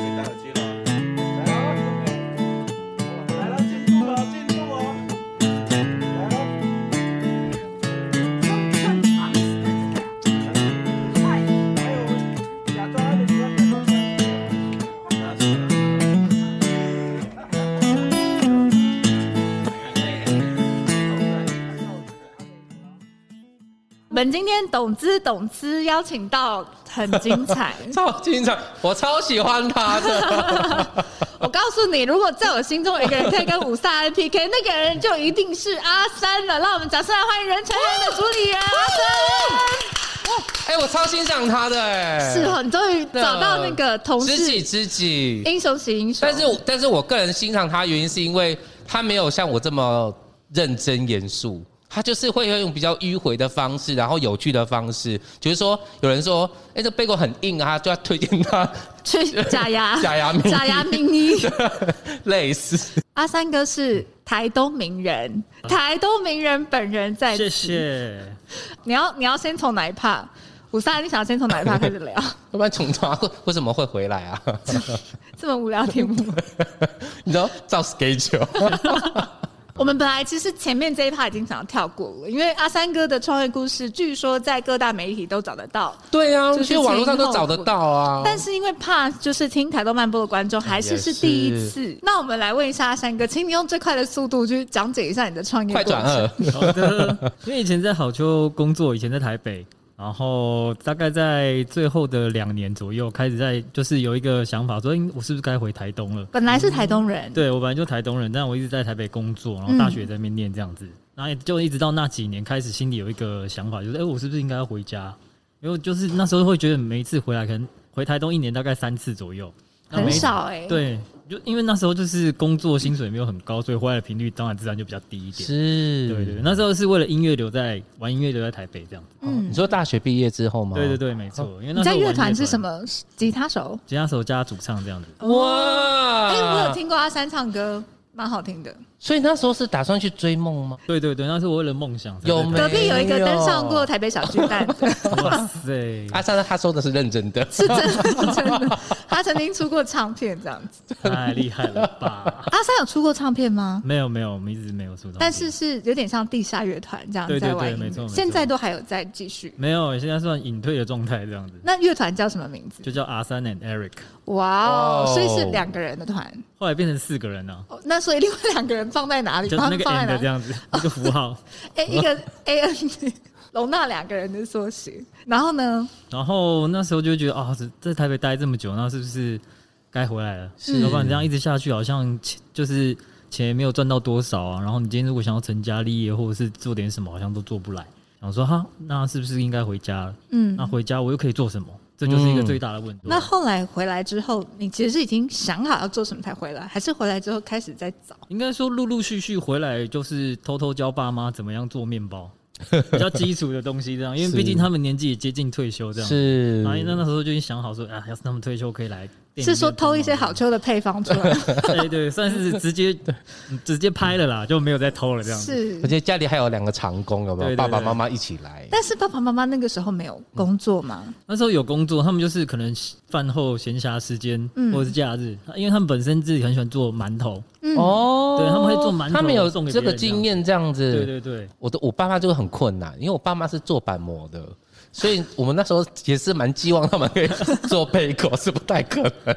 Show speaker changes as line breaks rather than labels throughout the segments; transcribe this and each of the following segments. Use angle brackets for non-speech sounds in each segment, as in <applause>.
以戴耳机了。来了，来了，进入了，进入哦。来了。还有，假装还得假装。
我们今天董资董资邀请到很精
<laughs>
彩。
超精彩，我超喜欢
<laughs>
他的。
我告诉你，如果在我心中有一个人可以跟五萨 N PK，那个人就一定是阿三了。让我们掌声来欢迎人传人的主理人阿
哎、我超欣赏他的、哎，
三。是哦，你终于
真的
找到那个同
知己
事
知己。
英雄型英雄。
但是我，但是我个人欣赏他的原因是因为他没有像我这么认真严肃，他就是会用比较迂回的方式，然后有趣的方式，就是说有人说，哎、这贝果很硬啊，就要推
<laughs>
荐他 <laughs>
去假牙，
假牙名医
假牙名医。
类似。
阿三哥是台东名人，台东名人本人在此。
啊谢谢。
你要你要先从哪一趴？五三，你想要先从哪一趴开始聊？ <laughs>
要不然从他会为什么会回来啊？
这么无聊的题
<laughs>
目。
你知道照 schedule。
我们本来其实前面这一趴已经想要跳过了，因为阿三哥的创业故事，据说在各大媒体都找得到，
对呀、啊，
就是
去网络上都找得到啊。
但是因为怕就是听台动漫播的观众还是
也
是
是
第一次，那我们来问一下阿三哥，请你用最快的速度去讲解一下你的创业
快
过
转
程。
二，
好的，因为以前在好秋工作，以前在台北，然后大概在最后的两年左右，开始在就是有一个想法，说诶我是不是该回台东了？
本来是台东人，
对我本来就台东人，但我一直在台北工作，然后大学也在那边念这样子，然后也就一直到那几年开始，心里有一个想法，就是哎、诶我是不是应该要回家？因为就是那时候会觉得每一次回来，可能回台东一年大概三次左右，那
很
每一
少哎、，
对，就因为那时候就是工作薪水没有很高，所以回来的频率当然自然就比较低一点。
是
对对，对那时候是为了音乐留在玩音乐留在台北这样子。
嗯
你，说大学毕业之后吗？
对对对，没错，
哦
因为
你
那时
在
候玩
乐团是什
乐？
么吉他手？
吉他手加主唱这样子。
哇！
哎、我有听过阿三唱歌，蛮好听的。
所以那时候是打算去追梦吗？
对对对，那是我为了梦想才
有
在
没
隔壁有一个登上过台北小巨蛋 <laughs> 的，
哇塞，
阿三他说的是认真的，
是真的是真的，他曾经出过唱片这样子。？
太厉害了吧
<laughs>
阿三有出过唱片吗？
没有没有，我们一直没有出道。
但是是有点像地下乐团这样
对对
在玩
对
音
没错
乐，
没错
现在都还有在继续。
没有，现在算隐退的状态这样子，
那乐团叫什么名字？
就叫 R 三 and Eric。
哇哦，
哇哦
所以是两个人的团。
后来变成四个人了、
哦，那所以另外两个人放在哪里？
就
放
那个
放在
and
哪
这
里？
样子，一个符号。
哎，一个 A N D，容纳两个人的缩写。然后呢？
然后那时候就觉得啊，在在台北待这么久，那是不是该回来了？
是
要不然你这样一直下去，好像钱就是钱也没有赚到多少啊。然后你今天如果想要成家立业，或者是做点什么，好像都做不来。想说哈，那是不是应该回家了？
嗯
那，回家我又可以做什么？这就是一个
嗯
最大的问题。
那后来回来之后，你其实是已经想好要做什么才回来，还是回来之后开始在找？
应该说陆陆续续回来，就是偷偷教爸妈怎么样做
<laughs>
面包，比较基础的东西这样。因为
是
毕竟他们年纪也接近退休这样。。
是
然后哎那那时候就已经想好说啊，要是他们退休可以来店里面帮忙。
是说偷一些好秋的配方出来？
<laughs> 对对，算是
<laughs>
直接嗯直接拍了啦，就没有再偷了这样子。
是
而，且家里还有两个长工，有没有？
对对对
爸爸妈妈一起来，
但是爸爸妈妈那个时候没有工作嘛，
那时候有工作，他们就是可能饭后闲暇时间、
嗯
或者是假日，因为他们本身自己很喜欢做馒头。
嗯，
哦
对他们会做馒头
他们有
送给
这
别人
个经验这样子。
对对对，
我的我爸妈就会很困难，因为我爸妈是做板模的，所以我们那时候也是蛮寄望他们可以做贝果，是不太可能。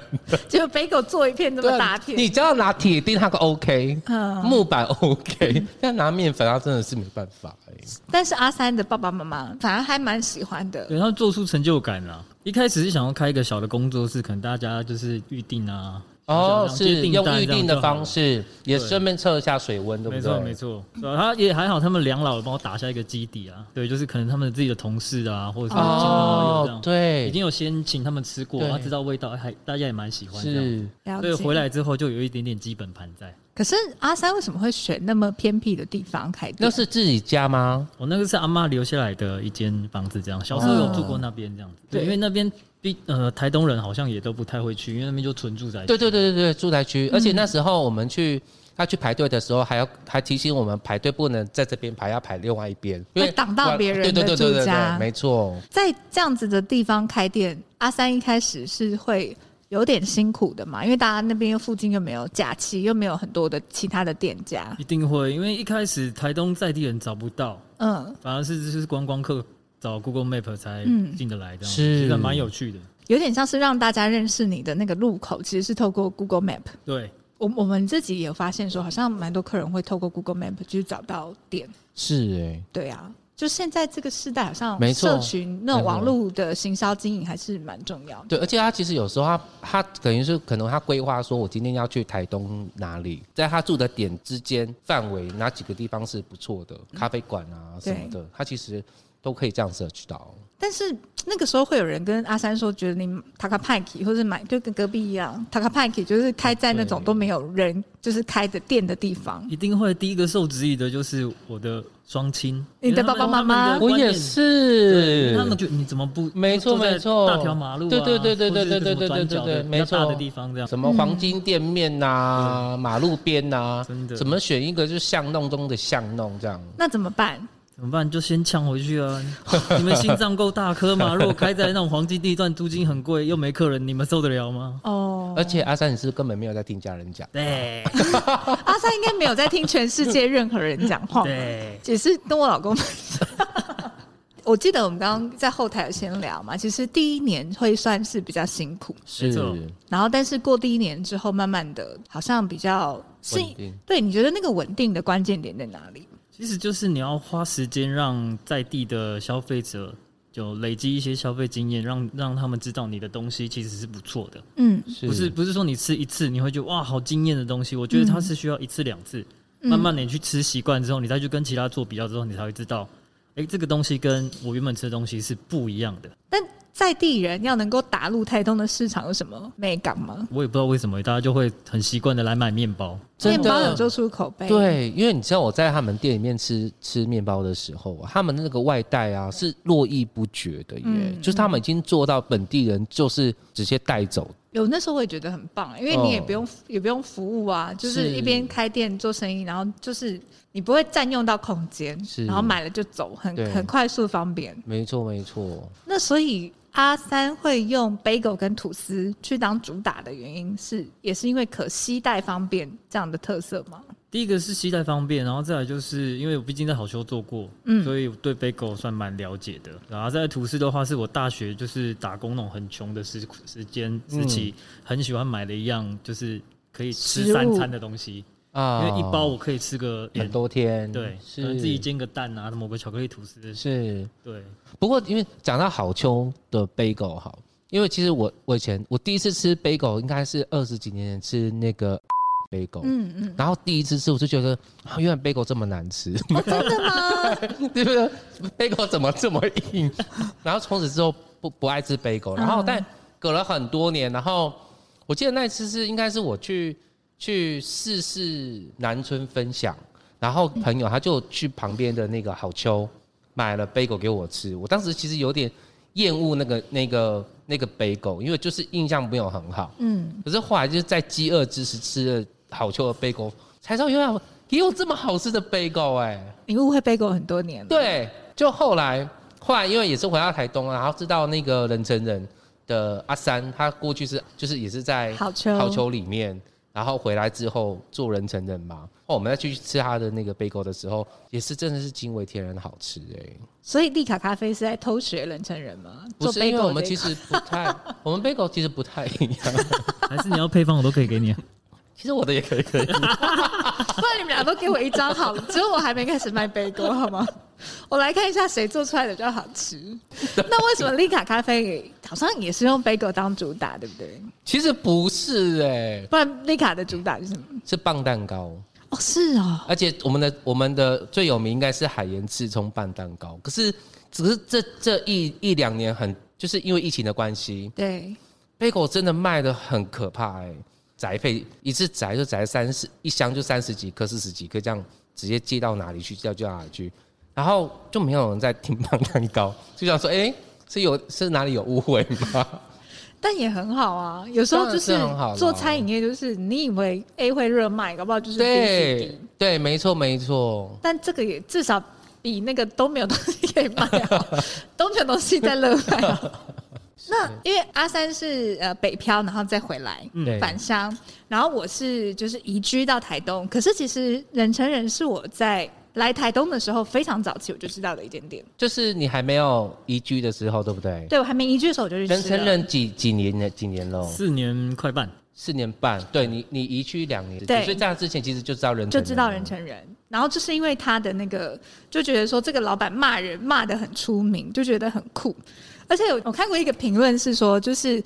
结果 bagel 做一片这么大
啊你
片，
只要拿铁钉，它个 OK，、
嗯
木板 OK，但拿面粉，它真的是没办法、
<laughs>
欸。
但是阿三的爸爸妈妈反而还蛮喜欢的，
对他们做出成就感啦。一开始是想要开一个小的工作室，可能大家就是预定啊，
哦，
想想接
是
订
用
单
预
这样
定
就
的
好
方式，也顺便测一下水温，对
没
不
错
对？
没错，对啊他也还好，他们两老帮我打下一个基底啊。对，就是可能他们自己的同事啊，或者是亲朋好友这
哦
样，，
对，
已经有先请他们吃过，
对
他知道味道，还大家也蛮喜欢这样。
了
是
所
解。
以回来之后就有一点点基本盘在。
可是阿三为什么会选那么偏僻的地方开店？
那是自己家吗？
我那个是阿妈留下来的一间房子，这样小时候有住过那边这样子。
嗯对
对，因为那边毕呃台东人好像也都不太会去，因为那边就纯住宅。
嗯
对对对对对，住宅区，而且那时候我们去他去排队的时候还要还提醒我们排队不能在这边排，要排另外一边，因为
会挡到别人
对对对
的
对对
住家
对，没错。
在这样子的地方开店，阿三一开始是会有点辛苦的嘛，因为大家那边又附近又没有假期，又没有很多的其他的店家，
一定会，因为一开始台东在地人找不到，
嗯，
反而是就是观光客找 Google Map 才
嗯
进得来的，
是
其实蛮有趣的。
有点像是让大家认识你的那个路口，其实是透过 Google Map。
对，
我我们自己也有发现说，好像蛮多客人会透过 Google Map 去找到店，
是哎、
对啊。就现在这个时代，好像
没错
社群那种
没错
网络的行销经营还是蛮重要的。
对，而且他其实有时候他他等于是可能他规划说，我今天要去台东哪里，在他住的点之间范围哪几个地方是不错的，咖啡馆啊什么的，他其实都可以这样 search 到。
但是那个时候会有人跟阿三说，觉得你塔卡派克或者买就跟隔壁一样，塔卡派克就是开在那种
对
都没有人就是开的店的地方。
一定会第一个受质疑的就是我的双亲，
你的
因为他们
爸爸妈妈
他们的
我
观念
也
对因为
是
他，们就你怎么不
没错
坐在
没错
大条马路啊，
对对对对对对对对对对对
或者是什么转角的
没错
比较大的地方这样，嗯
什么黄金店面呐、马路边呐、
真的哦
怎么选一个就是巷弄中的巷弄这样？
那怎么办？
怎么办？就先抢回去啊！你们心脏够大颗吗？如果开在那种黄金地段，租金很贵，又没客人，你们受得了 <laughs> 吗？
哦，
而且阿三，你是不是根本没有在听家人讲，
对
阿三应该没有在听全世界任何人讲话，
对，
只是跟我老公 <laughs> 分享。我记得我们刚刚在后台有先聊嘛，其实第一年会算是比较辛苦，
没错
是
然后但是过第一年之后，慢慢的好像比较是
稳定，
对，你觉得那个稳定的关键点在哪里？
其实就是你要花时间让在地的消费者就累积一些消费经验，让让他们知道你的东西其实是不错的，
嗯
是
不是不是说你吃一次你会觉得哇好惊艳的东西，我觉得它是需要一次两次，
嗯
慢慢你去吃习惯之后，你再去跟其他做比较之后，你才会知道，哎、这个东西跟我原本吃的东西是不一样的。
但在地人要能够打入台东的市场有什么美感吗？
我也不知道为什么大家就会很习惯的来买面包，
面
真的
包有做出口碑，，
对，因为你知道我在他们店里面吃吃面包的时候啊，他们那个外带啊是络绎不绝的耶，
嗯
就是他们已经做到本地人就是直接带走，
有那时候我也觉得很棒，因为你也
哦
不用、也不用服务啊，就是
是
一边开店做生意，然后就是你不会占用到空间，
是
然后买了就走，很
对
很快速方便。
没错没错，
那所以阿三会用 bagel 跟吐司去当主打的原因是，也是因为可携带方便这样的特色吗？
第一个是携带方便，然后再来就是因为我毕竟在好修做过，
嗯
所以我对 bagel 算蛮了解的。然后在吐司的话，是我大学就是打工那种很穷的时时间时期，很喜欢买的一样就是可以
食
吃
物
三餐的东西，因
啊
为一包我可以吃个
很
点，
多天，
对，可
是
能自己煎个蛋啊，某个巧克力吐司，
是。
对，
不过因为讲到好秋的 bagel 好，因为其实我我以前我第一次吃 bagel 应该是二十几年前吃那个 bagel，、
嗯嗯，
然后第一次吃我就觉得啊，原来 bagel 这么难吃。
哦，真的吗？
<laughs> 对不对？贝狗怎么这么硬？ <laughs> 然后从此之后不不爱吃贝狗，然后
嗯
但隔了很多年，然后我记得那一次是应该是我去去试试南村分享，然后朋友他就去旁边的那个好秋买了贝狗给我吃，我当时其实有点厌恶那个那个那个贝狗，因为就是印象没有很好。
嗯，
可是后来就是在饥饿之时吃了好秋的贝狗，才知道原来也有这么好吃的贝狗哎、
你误会 bagel 很多年了，，
对，就后来后来因为也是回到台东啊，然后知道那个人成人的阿三，他过去是就是也是在
好秋
好球里面，然后回来之后做人成人嘛。后我们再去吃他的那个贝狗的时候，也是真的是惊为天人好吃哎、
所以利卡咖啡是在偷学人成人吗？
不
做
是因为
bagel
我们
这一
其实不太，
<laughs>
我们贝狗其实不太一样。
还是你要配方我都可以给你啊。
其实我的也可以可以，
不然你们俩都给我一张好了，只有我还没开始卖杯锅，好吗？ <laughs> 我来看一下谁做出来的比较好吃。
<laughs>
那为什么丽卡咖啡也好像也是用杯狗当主打，对不对？
其实不是哎、
不然丽卡的主打是什么？
是棒蛋糕。
哦，是哦，
而且我们的我们的最有名应该是海盐刺葱拌蛋糕，可是只是这这一一两年很就是因为疫情的关系
对，
，bagel 真的卖的很可怕哎、宅配一次宅就宅三十一箱就三十几颗四十几颗这样直接寄到哪里去寄到就哪里去，然后就没有人在听棒蛋糕，就想说哎、诶是有是哪里有误会吗？
但也很好啊。有时候就是
当然是很好啦
做餐饮业，就是你以为 A 会热卖，搞不好就是
对
B、
对，没错没错，
但这个也至少比那个都没有东西可以卖
<laughs>
好，都没有东西在热卖好。那因为阿三是呃北漂，然后再回来
嗯
对
返乡，然后我是就是移居到台东。可是其实人成人是我在来台东的时候非常早期我就知道的一间店，
就是你还没有移居的时候，对不对？
对我还没移居的时候我就去吃
人成
了
人几几年了？几年喽？
<laughs> 四年快半，
四年半。对你，你移居两年，
对
所以这样之前其实就知道人成
就
了
知道人成人。然后就是因为他的那个，就觉得说这个老板骂人骂的很出名，就觉得很酷。而且我我看过一个评论是说，就是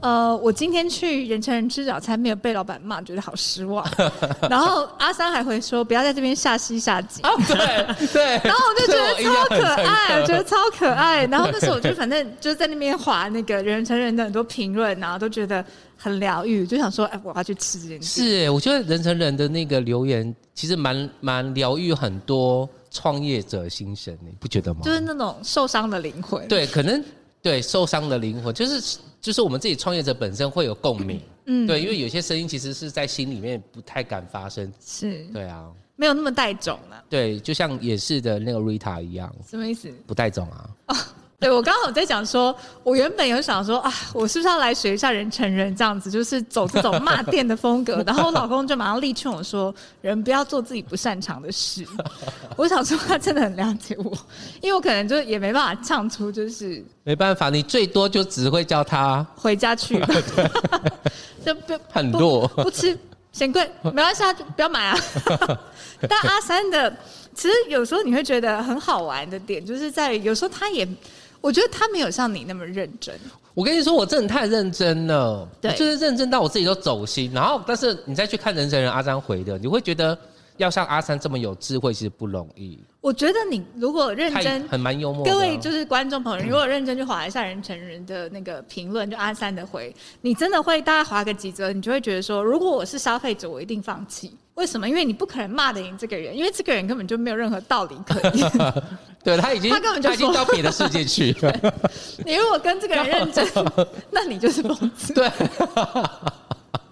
呃，我今天去人成人吃早餐没有被老板骂，觉得好失
<laughs>
望。然后阿三还会说不要在这边下西下井。
哦，对对。
<laughs>
<laughs>
然后我就觉得
这个我印象
超可
很深刻
爱，我觉得超可爱。然后那时候我就反正就是在那边划那个人成人的很多评论，然后都觉得很疗愈，就想说，哎，我要去吃这件事。
是耶，我觉得人成人的那个留言其实蛮蛮疗愈很多创业者心声，你不觉得吗？
就是那种受伤的灵魂。
对，可能对受伤的灵魂，就是就是我们自己创业者本身会有共鸣，
嗯
对，因为有些声音其实是在心里面不太敢发声，
是
对啊，
没有那么带种了、
对，就像也是的那个 Rita 一样，
什么意思？
不带种啊，
对我刚好在讲说，我原本有想说啊，我是不是要来学一下人成人这样子，就是走这种骂店的风格。然后我老公就马上力劝我说，人不要做自己不擅长的事。我想说他真的很了解我，因为我可能就也没办法唱出就是
没办法，你最多就只会叫他
回家去吧，就不
很弱
不不吃嫌贵，没关系啊，就不要买啊。但阿三的，其实有时候你会觉得很好玩的点，就是在于有时候他也，我觉得他没有像你那么认真，
我跟你说，我真的太认真了，
对
就是认真到我自己都走心。然后，但是你再去看人神人阿三回的，你会觉得要像阿三这么有智慧，其实不容易，
我觉得你如果认
太
真。
很蛮幽默的啊。
各位就是观众
<clears throat>
朋友，如果认真去划一下人成人的那个评论，就阿三的回，你真的会大概划个几折，你就会觉得说，如果我是消费者，我一定放弃。为什么？因为你不可能骂得赢这个人，因为这个人根本就没有任何道理
<laughs>
可言。
对他已经
他根本就
已经
说
到别的世
<laughs>
界去了，
你如果跟这个人认
<laughs>
真，那你就是疯子。 <laughs>
对。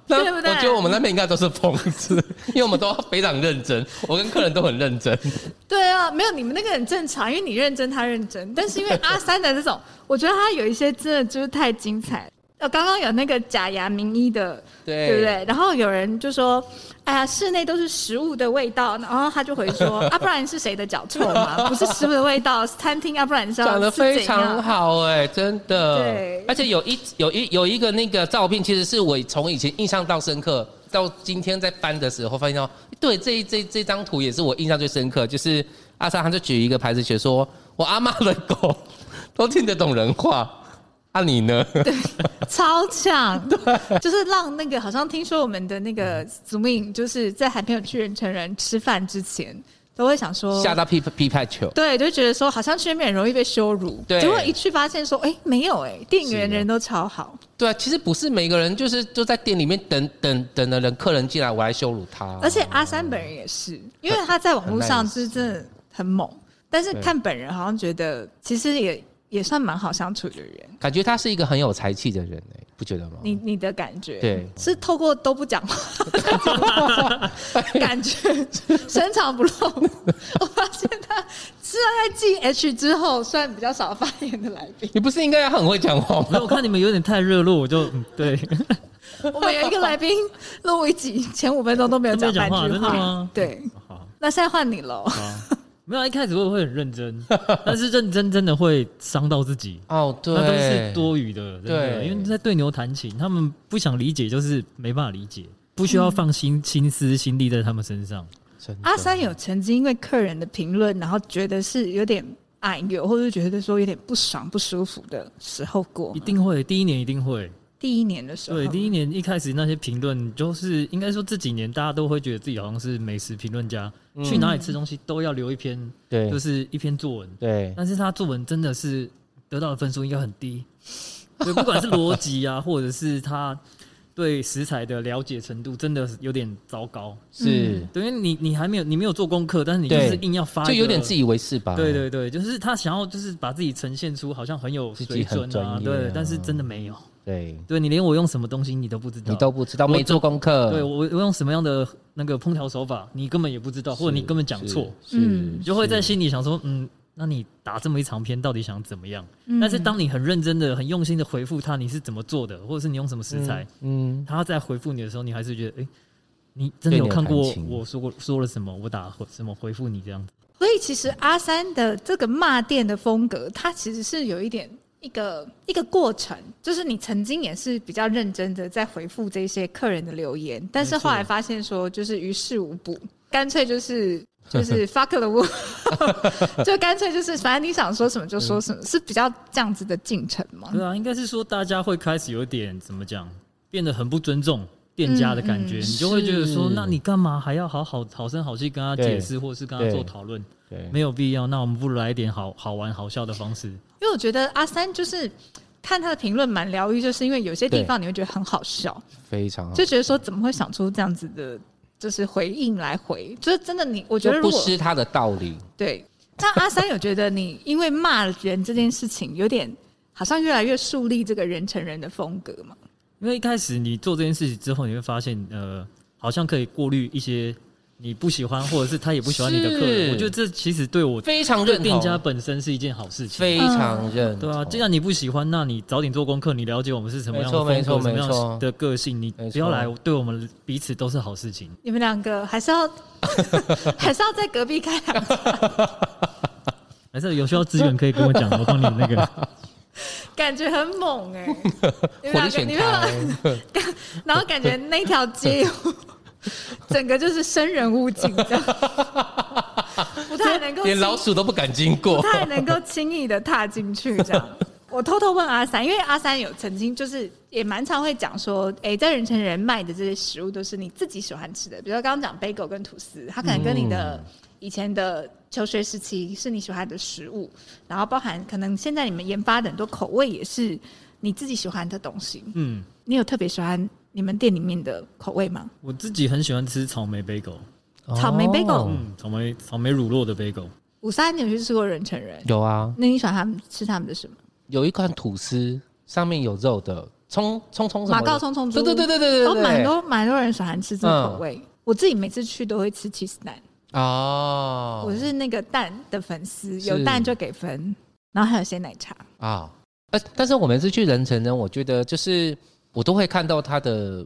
那
对不对
我觉得我们那边应该都是疯子，因为我们都非常认真，我跟客人都很认真。
对啊，没有你们那个很正常，因为你认真，他认真。但是因为阿三的这种，我觉得他有一些真的就是太精彩了。呃，刚刚有那个假牙名医的，
对
对不对？然后有人就说：“哎呀，室内都是食物的味道。”然后他就回说：“啊，不然是谁的脚臭嘛？不是食物的味道，是餐厅啊，不然是要
讲的
是怎样
非常好哎、真的。
对
而且有一有一有一个那个照片，其实是我从以前印象到深刻，到今天在翻的时候发现到，对这一这一这张图也是我印象最深刻，就是阿三他就举一个牌子写说，我阿妈的狗都听得懂人话，啊你呢？
超强，就是让那个好像听说我们的那个 Zoom，就是在还没有去人成人吃饭之前，都会想说
吓到屁屁派球。
对，就觉得说好像去那边很容易被羞辱，
对
结果一去发现说，哎、没有哎、店员
是的
人都超好，
对啊，其实不是每个人就是就在店里面等等等的人，客人进来我来羞辱他，
而且阿三本人也是，因为他在网络上是真的很猛，但是
对
看本人好像觉得其实也也算蛮好相处的人。
感觉他是一个很有才气的人哎、不觉得吗？
你你的感觉
对
是透过都不讲
<laughs>
话感觉深藏不露。我发现他是在 G H 之后算比较少发言的来宾。
你不是应该要很会讲话吗？
那我看你们有点太热络，我就 <laughs> 嗯对，
<laughs> 我们有一个来宾录一集，前五分钟都没有讲半
都
句
没讲话真的吗
对，
好
那现在换你喽。
好，没有一开始我也会很认 <laughs> 真，但是认真真的会伤到自己，
哦，对，
那都是多余的，真的
对
因为在对牛弹琴，他们不想理解，就是没办法理解，不需要放心、心思、心力在他们身上。
真的
阿三有曾经因为客人的评论，然后觉得是有点矮油，或者觉得说有点不爽、不舒服的时候过
一。定会，第一年一定会。
第一年的时候，
对，第一年一开始那些评论，就是应该说这几年大家都会觉得自己好像是美食评论家，去哪里吃东西都要留一篇，
对
就是一篇作文。
对
但是他作文真的是得到的分数应该很低，对，不管是逻辑啊，或者是他对食材的了解程度，真的是有点糟糕。
是，
对，因为你你还没有你没有做功课，但是你就是
对
硬要发一个，
就有点自以为是吧？
嗯对对对，就是他想要就是把自己呈现出好像很有
自
水
己很
准啊，
专业啊
对，但是真的没有。
对
对你连我用什么东西你都不知道，
你都不知道，没做功课，
对我我用什么样的那个烹调手法，你根本也不知道，
是，
或者你根本讲错，
是，
嗯
是
你就会在心里想说，嗯，那你打这么一长篇到底想怎么样？
嗯
但是当你很认真的、很用心的回复他，你是怎么做的，或者是你用什么食材，
嗯，
他在回复你的时候，你还是觉得，哎、你真的有
对你有
看过
感情
我说过说了什么，我打回什么回复你这样子？
所以其实阿三的这个骂店的风格，它其实是有一点一个一个过程，就是你曾经也是比较认真的在回复这些客人的留言，但是后来发现说就是于事无补，干脆就是。就是 fuck the world，就干脆就是反正你想说什么就说什么，是比较这样子的进程吗？
对啊，应该是说大家会开始有点怎么讲，变得很不尊重。店家的感觉，
嗯嗯
你就会觉得说，
是
那你干嘛还要好好好声好气跟他解
对
释，或者是跟他
对
做讨论？
对，
没有必要，那我们不如来一点好好玩好笑的方式。
因为我觉得阿三就是看他的评论蛮疗愈，就是因为有些地方你会觉得很好笑，
非常好
就，觉得说怎么会想出这样子的，就是回应来回，就是真的你，我觉得
就
如
不
果
失他的道理。
对，那阿三有觉得你因为骂人这件事情有点好像越来越树立这个人成人的风格嘛？
因为一开始你做这件事情之后，你会发现，呃，好像可以过滤一些你不喜欢或者是他也不喜欢你的客人。
是
我觉得这其实对我
非常
对啊
认
店
同，
家本身是一件好事情。
非常认同，
对啊，既然你不喜欢，那你早点做功课，你了解我们是什么样的
没
风
错
格、什么
没错没
样
错
的个性，你
没错
不要来，对我们彼此都是好事情。
你们两个还是要 <laughs> 还是要在隔壁开两家，
还是有需要资源可以跟我讲，我帮你那
<laughs>
个。
感觉很猛哎、你们
啊火
两个，
力全
你们两个，
开，
然后感觉那条街 <laughs> 整个就是生人勿近，
<laughs>
这样不太能够
连老
进
鼠都不敢经过
<laughs> 不。太能够轻易的踏进去这样。我偷偷问阿三，因为阿三有曾经就是也蛮常会讲说，哎、在人成人卖的这些食物都是你自己喜欢吃的，比如说刚刚讲 bagel 跟吐司，它可能跟你的以前的求学时期是你喜欢的食物，然后包含可能现在你们研发的很多口味也是你自己喜欢的东西。
嗯，
你有特别喜欢你们店里面的口味吗？
我自己很喜欢吃草莓 bagel，
草莓 bagel
哦
嗯，草莓草莓乳酪的 bagel，
五三，你有去吃过人成人？
有啊，
那你喜欢他们吃他们的什么？
有一款吐司上面有肉的，葱葱葱什么
马
的
告，葱葱猪？
对对对对对嗯
哦，
对
蛮
对，
多蛮多人喜欢吃这个口味。我自己每次去都会吃 cheese 蛋，
哦
我是那个蛋的粉丝，
是
有蛋就给分。然后还有鲜奶茶，
啊，呃，但是我每次去人城呢，我觉得就是我都会看到他的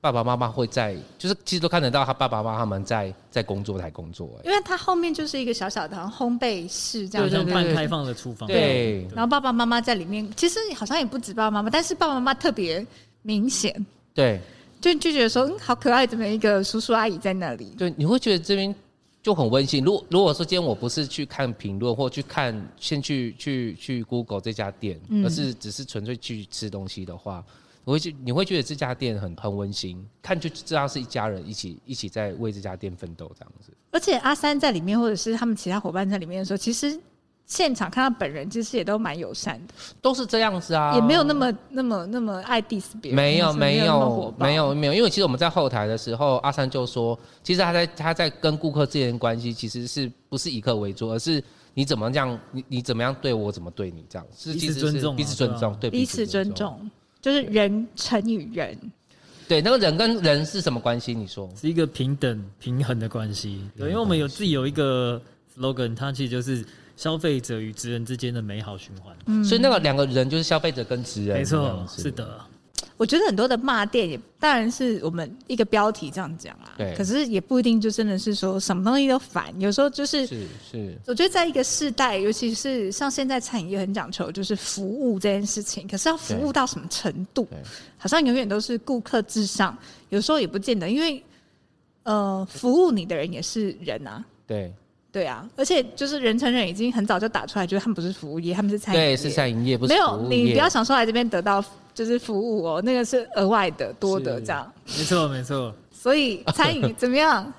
爸爸妈妈会在，就是其实都看得到他爸爸妈妈他们在在工作台工作，哎，
因为它后面就是一个小小的好像烘焙室这
就
样
像
子。
半开放的厨房。
对
然后爸爸妈妈在里面，其实好像也不止爸爸妈妈，但是爸爸妈妈特别明显，
对
就就觉得说，嗯，好可爱，这么一个叔叔阿姨在那里。
对，你会觉得这边。就很温馨。如果如果说今天我不是去看评论或去看，先去去去 Google 这家店，
嗯
而是只是纯粹去吃东西的话，我会去你会觉得这家店很很温馨，看就知道是一家人一起一起在为这家店奋斗这样子。
而且阿三在里面，或者是他们其他伙伴在里面的时候，其实现场看到本人，其实也都蛮友善的。
都是这样子啊，
也没有那么那么那么爱 diss 别人，
没有
就是
没
有那么
有
火爆
没有没有，因为其实我们在后台的时候，阿三就说，其实他在他在跟顾客之间的关系其实是不是以客为主，而是你怎么这样，你你怎么样对我，怎么对你这样，是
彼
其
此
实是
尊重啊
彼此尊
对啊
重，对
彼此尊，重，就是人乘以人。
对那个人跟人是什么关系？你说
是一个平等平衡的关系。对，因为我们有自己有一个 slogan，它其实就是消费者与职人之间的美好循环。
嗯
所以那个两个人就是消费者跟职人，
没
这
错
样，子
啊是，的，
我觉得很多的骂店也当然是我们一个标题这样讲啦，
对
可是也不一定就真的是说什么东西都烦，有时候就是。
是是，
我觉得在一个世代，尤其是像现在餐饮业很讲求就是服务这件事情，可是要服务到什么程度
对对，
好像永远都是顾客至上，有时候也不见得，因为呃，服务你的人也是人啊，
对
对啊，而且就是人成人已经很早就打出来，就是他们不是服务业，他们是餐饮业，
对是餐饮业，不是
哎没
服
有
务
你
业
不要想说来这边得到就是服务哦，那个是额外的多的
是
这样。
没错，没错。
所以餐
<laughs>
饮怎么样？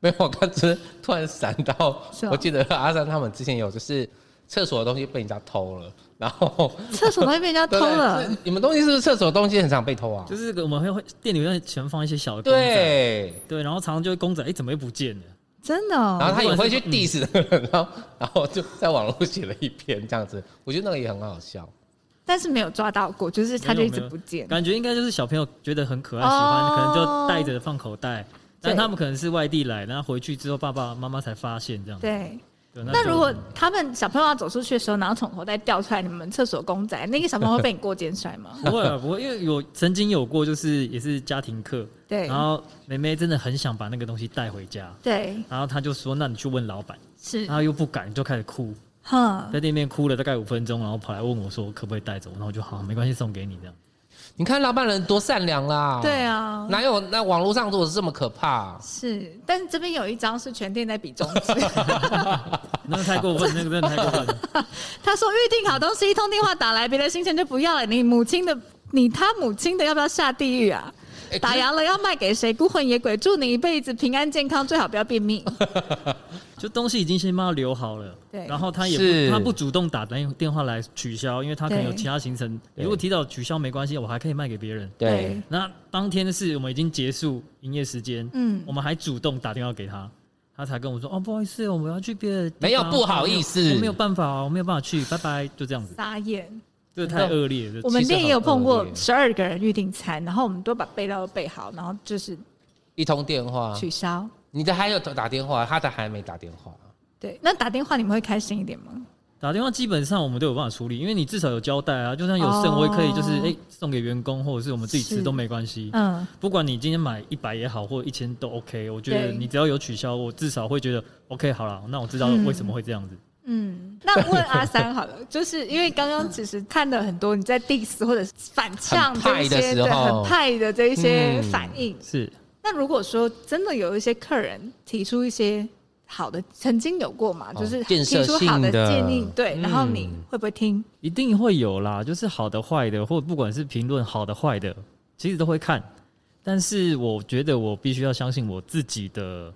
没有，我刚只是突然闪到
是哦吗，
我记得阿三他们之前有就是厕所的东西被人家偷了，然后
厕所都会被人家偷
<laughs> 对
了
对，是你们东西是不是厕所的东西很常被偷啊？
就是我们会会店里面全放一些小的公仔，
对，
对，然后常常就会公仔，哎、怎么又不见了？
真的
然
哦。
后他也会去
嗯
diss 那个人，然后然后就在网络写了一篇这样子，我觉得那个也很好笑。
但是没有抓到过，就是它就一直不见。
感觉应该就是小朋友觉得很可爱，
哦
喜欢，可能就带着放口袋。但
对
他们可能是外地来，然后回去之后爸爸妈妈才发现这样。
对，
对，
那
就？
如果他们小朋友要走出去的时候，然后从口袋掉出来你们厕所公仔，那个小朋友会被你过肩摔吗 <laughs>
不会啊，不会，因为有曾经有过，就是也是家庭课，
对
然后妹妹真的很想把那个东西带回家，
对，
然后她就说：“那你去问老板。”
是
啊
然，后又不敢，就开始哭，
哼，
在店面哭了大概五分钟，然后跑来问我说可不可以带走，然后我就好，没关系，送给你这样。
你看老板人多善良啦，
对，啊，
哪有那网络上做的这么可怕、
是。但是这边有一张是全店在比中
<laughs>
指，
那个太过分，那个真的太过
<laughs>
分了。
他说预定好东西，一通电话打来，别的新鲜就不要了。你母亲的，你他母亲的要不要下地狱啊？
哎
打烊了要卖给谁？孤魂野鬼，祝你一辈子平安健康，最好不要便
<laughs>
秘。
就东西已经先帮他留好了，
对
然后他
是
也不他不主动打电电话来取消，因为他可能有
对
其他行程，
对
如果提早取消没关系，我还可以卖给别人。
对，
那当天是我们已经结束营业时间，
嗯
我们还主动打电话给他，他才跟我说：“哦，不好意思，我们要去别的地方。”
没有不好意思
我没有办法，我没有办法去，拜拜，就这样
<laughs>
子，
撒眼。
这太恶劣了。
我
这
们
其实
店也有
很
碰
恶
过
劣
十二个人预订餐，然后我们都把备料都备好，然后就是
一通电话，
取消。
你的还有打电话，他的还没打电话。
对，那打电话你们会开心一点吗？
打电话基本上我们都有办法处理，因为你至少有交代啊，就算有剩，我也可以就是
哦
哎、送给员工，或者是我们自己吃
是
都没关系。
嗯，
不管你今天买一百也好，或一千都 OK，我觉得
对
你只要有取消，我至少会觉得 OK 好了，那我知道
嗯
为什么会这样子。
嗯，那问阿三好了，就是因为刚刚其实看了很多你在 diss 或者是反呛这
很派
一
的
些
时
对
候
很派的这一些
嗯
反应。
是，
那如果说真的有一些客人提出一些好的，曾经有过嘛，
哦
就是
建
提
设
出好
性的
建议，对，
嗯
然后你会不会听？
一定会有啦，就是好的、坏的，或不管是评论好的、坏的，其实都会看。但是我觉得我必须要相信我自己的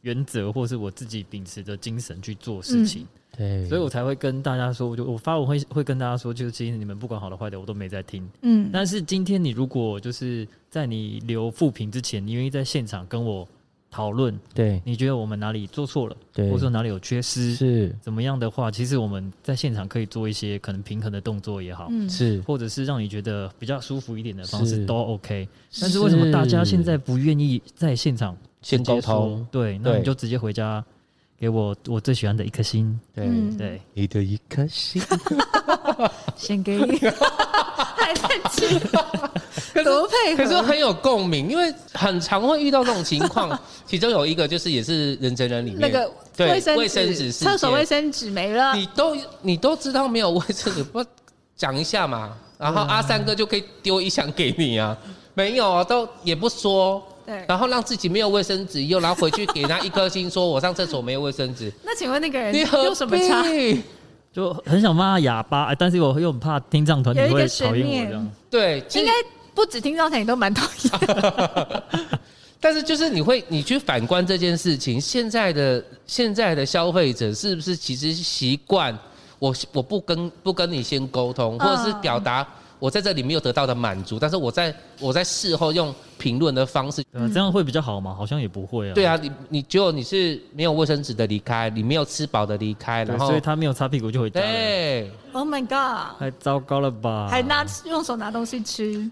原则，或是我自己秉持的精神去做事情，
嗯对
所以我才会跟大家说，我就我发文会会跟大家说，就是其实你们不管好的坏的，我都没在听。
嗯，
但是今天你如果就是在你留负评之前，你愿意在现场跟我讨论，
对
你觉得我们哪里做错了，
对
或者说哪里有缺失，
是
怎么样的话，其实我们在现场可以做一些可能平衡的动作也好，
嗯
是
或者是让你觉得比较舒服一点的方式
是
都 OK。但是为什么大家现在不愿意在现场
先
直接
沟通
说？对，那
对
你就直接回家给我我最喜欢的一颗星。
对
嗯
对，
你的一颗心，
献给你，还在气，多配合。
可是很有共鸣，因为很常会遇到这种情
<laughs>
况。其中有一个就是也是人整人里面
那个
对
卫生
卫生纸事件
厕所卫生纸啊没了，
你都你都知道没有卫生纸， <laughs> 不讲一下嘛？然后阿三哥就可以丢一箱给你啊，没有啊，都也不说。
对
然后让自己没有卫生纸用，然后回去给他一颗星，说我上厕所没有卫生
<laughs>
纸，
那请问那个人
你何
哎有
必？
什么差？
就很想骂他哑巴，哎但是我又很怕听障团体
有一个
会讨厌
悬
我
念
这样。
对，其实
应该不止听到台，你都蛮讨
<laughs>
厌。
但是就是你会，你去反观这件事情，现在的现在的消费者是不是其实习惯我我不跟不跟你先沟通，
嗯
或者是表达我在这里没有得到的满足，但是我在我在事后用评论的方式，
嗯
对啊，这样会比较好吗？好像也不会啊。
对啊，你你结果你是没有卫生纸的离开，你没有吃饱的离开，
对，
然后
所以他没有擦屁股就回家了，
对，
Oh my god！
太糟糕了吧？
还拿用手拿东西吃，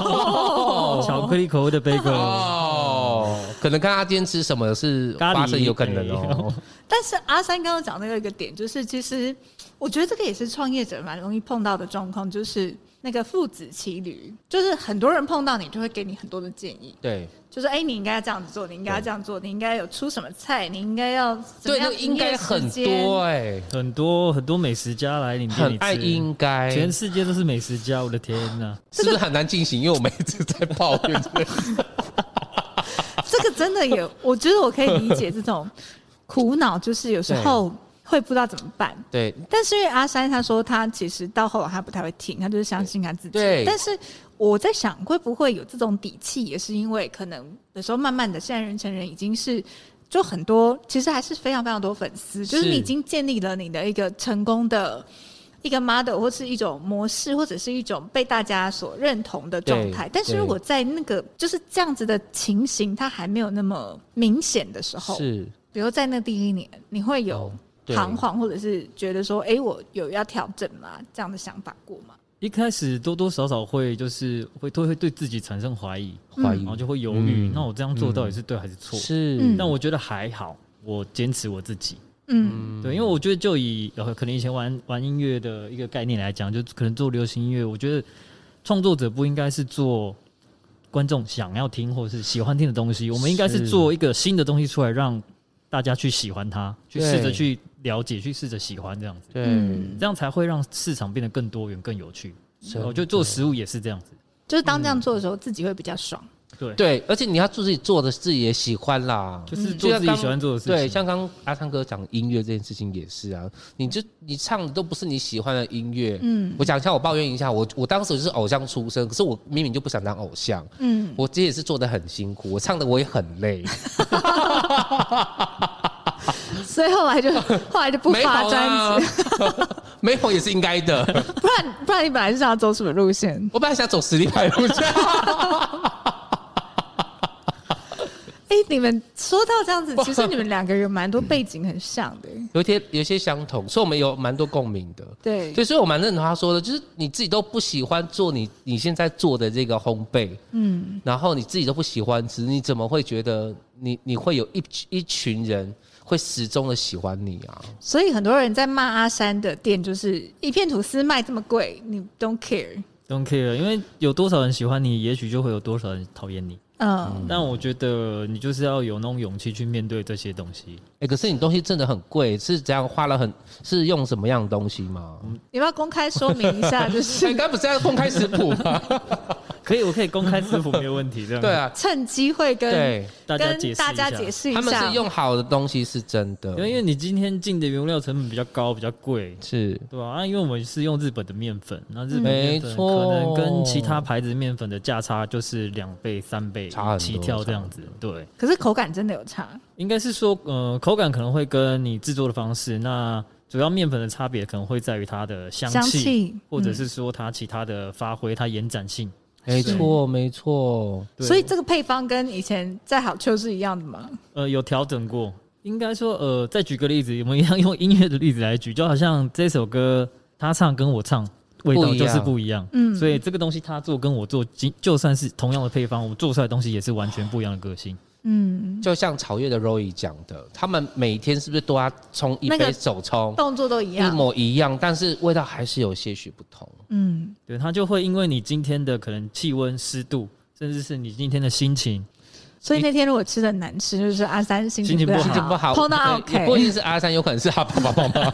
哦巧克力口味的
<laughs>
bagel，
哦，可能看他今天吃什么是
咖喱
发生有可能哦，
但是阿三刚刚讲的一个点，就是其实我觉得这个也是创业者蛮容易碰到的状况，就是那个父子骑驴，就是很多人碰到你就会给你很多的建议，
对
就是哎、你应该要这样子做，你应该要这样做，你应该有出什么菜，你应该要怎么
对，
样
那应该很
营业时间
多哎，
很多很多美食家来你店
很
里
爱
吃，
应该，
全世界都是美食家，我的天呐！
是不是很难进行？因为我们一直在抱怨
<laughs>
这个。啊
这个真的有，我觉得我可以理解这种苦恼，就是有时候会不知道怎么办。
对
但是因为阿三他说他其实到后来他不太会听，他就是相信他自己。
对
但是我在想，会不会有这种底气，也是因为可能有时候慢慢的，现在人成人已经是。就很多，其实还是非常非常多粉丝，就是
是
你已经建立了你的一个成功的一个 model，或是一种模式，或者是一种被大家所认同的状态
对。
但是如
对
果在那个就是这样子的情形，它还没有那么明显的时候，
是
比如在那第一年，你会有
哦对
彷徨，或者是觉得说，哎、我有要调整吗？这样的想法过吗？
一开始多多少少会就是会都会对自己产生怀疑，
怀
嗯
疑
然后就会犹豫，
嗯
那我这样做到底是对还是错？
是，
嗯
但我觉得还好，我坚持我自己。
嗯
对，因为我觉得就以呃可能以前玩玩音乐的一个概念来讲，就可能做流行音乐，我觉得创作者不应该是做观众想要听或是喜欢听的东西，我们应该是
是
做一个新的东西出来，让大家去喜欢它，去
对
试着去了解，去试着喜欢这样子，
对，
嗯
这样才会让市场变得更多元、更有趣。
真
我觉得做食物也是这样子，
就是当这样做的时候，自己会比较爽。
对，
对，而且你要自己做的自己也喜欢啦，
就
就
是做
像
自己
刚
喜欢做的事情。
对，像刚刚阿汤哥讲音乐这件事情也是啊，你就你唱的都不是你喜欢的音乐。
嗯
我讲一下，我抱怨一下，我我当时就是偶像出身，可是我明明就不想当偶像，
嗯，
我这也是做的很辛苦，我唱的我也很累，
嗯所以后来就 <laughs> 后来就不
没
发
红
专
啊
辑，，
<laughs> 没红也是应该的。
不然不然你本来是想要走什么路线？
我本来想走实力派路线，
哎，你们说到这样子，其实你们两个人蛮多背景很像的。
<laughs> 有一些有一些相同，所以我们有蛮多共鸣的。
对，
对，所以我蛮认同他说的，就是你自己都不喜欢做你你现在做的这个烘焙，
嗯，
然后你自己都不喜欢吃，你怎么会觉得你你会有一一群人会始终的喜欢你啊？
所以很多人在骂阿山的店，就是一片吐司卖这么贵，你 don't care。
don't care，因为有多少人喜欢你，也许就会有多少人讨厌你。
嗯，
但我觉得你就是要有那种勇气去面对这些东西。
哎、可是你东西真的很贵，是怎样花了很是用什么样的东西吗？
你要不要公开说明一下？就
你 <laughs>
是
刚不是要公开食谱吗？
可以，我可以公开食谱没有问题，这
<laughs>
样
对，啊，
趁机会跟
对，
大家
跟
解释一
大家
下
解，释一下，
他们是用好的东西是真的
因，为因为你今天进的原料成本比较高，比较贵，
是
对吧、啊？因为我们是用日本的面粉，那日
嗯
本
没
面粉可能
错
跟其他牌子面粉的价差就是两倍、三倍
差很多
起跳这样子，对。
可是口感真的有差。
应该是说，呃，口感可能会跟你制作的方式，那主要面粉的差别可能会在于它的香
香气嗯
或者是说它其他的发挥，它延展性。
没错没错，
对
所以这个配方跟以前在好秋是一样的吗？
呃，有调整过。应该说，呃，再举个例子，我们一样用音乐的例子来举，就好像这首歌他唱跟我唱味道就是不一样，
嗯
所以这个东西他做跟我做，即就算是同样的配方，我们做出来的东西也是完全不一样的个性。
嗯，
就像草月的 Roy 讲的，他们每天是不是都要冲一
那个
杯手冲？
动作都一
一
样。
模一样，但是味道还是有些许不
<laughs>
同。
嗯，
对，它就会因为你今天的可能气温、湿度，甚至是你今天的心情，
所以那天如果吃的难吃，就是阿三心
心情不
不
好
心情不好，
碰到
对也不一
OK
定是阿三，有可能是他爸爸妈妈。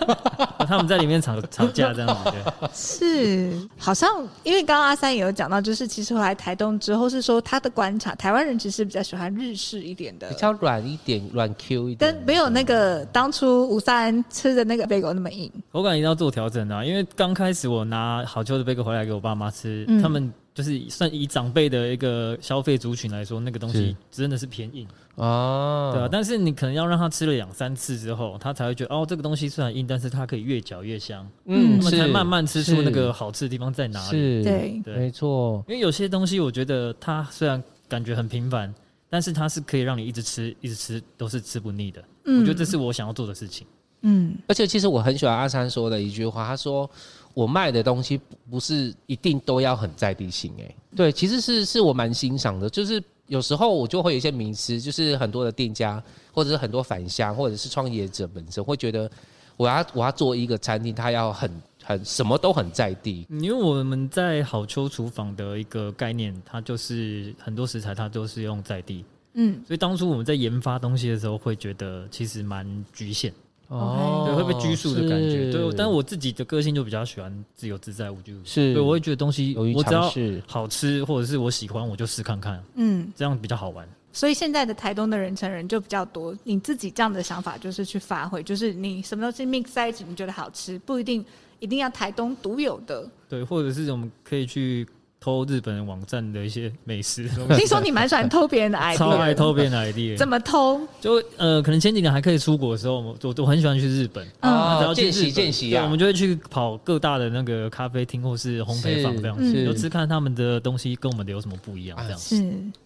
他们在里面吵吵架这样子。对
是好像因为刚刚阿三也有讲到，就是其实我来台东之后是说他的观察，台湾人其实比较喜欢日式一点的
比，较软一点，软 Q 一点
但。没有那个当初吴三吃的那个贝狗那么硬。
口感一定要做调整啊，因为刚开始我拿好秋的贝壳回来给我爸妈吃，
嗯
他们就是算以长辈的一个消费族群来说，那个东西真的是偏硬，
哦，
对啊。但是你可能要让他吃了两三次之后，他才会觉得哦，这个东西虽然硬，但是它可以越嚼越香，
嗯
他们
是
才慢慢吃出那个好吃的地方在哪里。
是，
对
对
没错，
因为有些东西我觉得它虽然感觉很平凡，但是它是可以让你一直吃、一直吃都是吃不腻的。
嗯
我觉得这是我想要做的事情。
嗯
而且其实我很喜欢阿三说的一句话，他说：“我卖的东西不是一定都要很在地性。”哎，对，其实是是我蛮欣赏的，就是有时候我就会有一些迷失，就是很多的店家或者是很多返乡或者是创业者本身会觉得，我要我要做一个餐厅，它要很很什么都很在地，
因为我们在好秋厨房的一个概念，它就是很多食材它都是用在地，
嗯，
所以当初我们在研发东西的时候，会觉得其实蛮局限，
哦
对，会被拘束的感觉。
是
对，但我自己的个性就比较喜欢自由自在、无拘无束，
是
对，我会觉得东西
勇于
我只
尝
要
试
好吃或者是我喜欢，我就试看看，
嗯，
这样比较好玩。
所以现在的台东的人成人就比较多。你自己这样的想法就是去发挥，就是你什么东西 mix 在一起，你觉得好吃，不一定一定要台东独有
<laughs>
的。
对，或者是我们可以去偷日本网站的一些
<laughs>
美食，
听说你蛮喜欢偷别人的 idea，
超爱偷别人的 idea。
怎么偷？
就呃，可能前几年还可以出国的时候，我我我很喜欢去日本。
嗯
然
哦，
后
见
去
习
日本
见习
对
啊，
我们就会去跑各大的那个咖啡厅或是烘焙坊这样
是
子，
是
就吃看他
啊
们的东西跟我们的有什么不一样这样。
是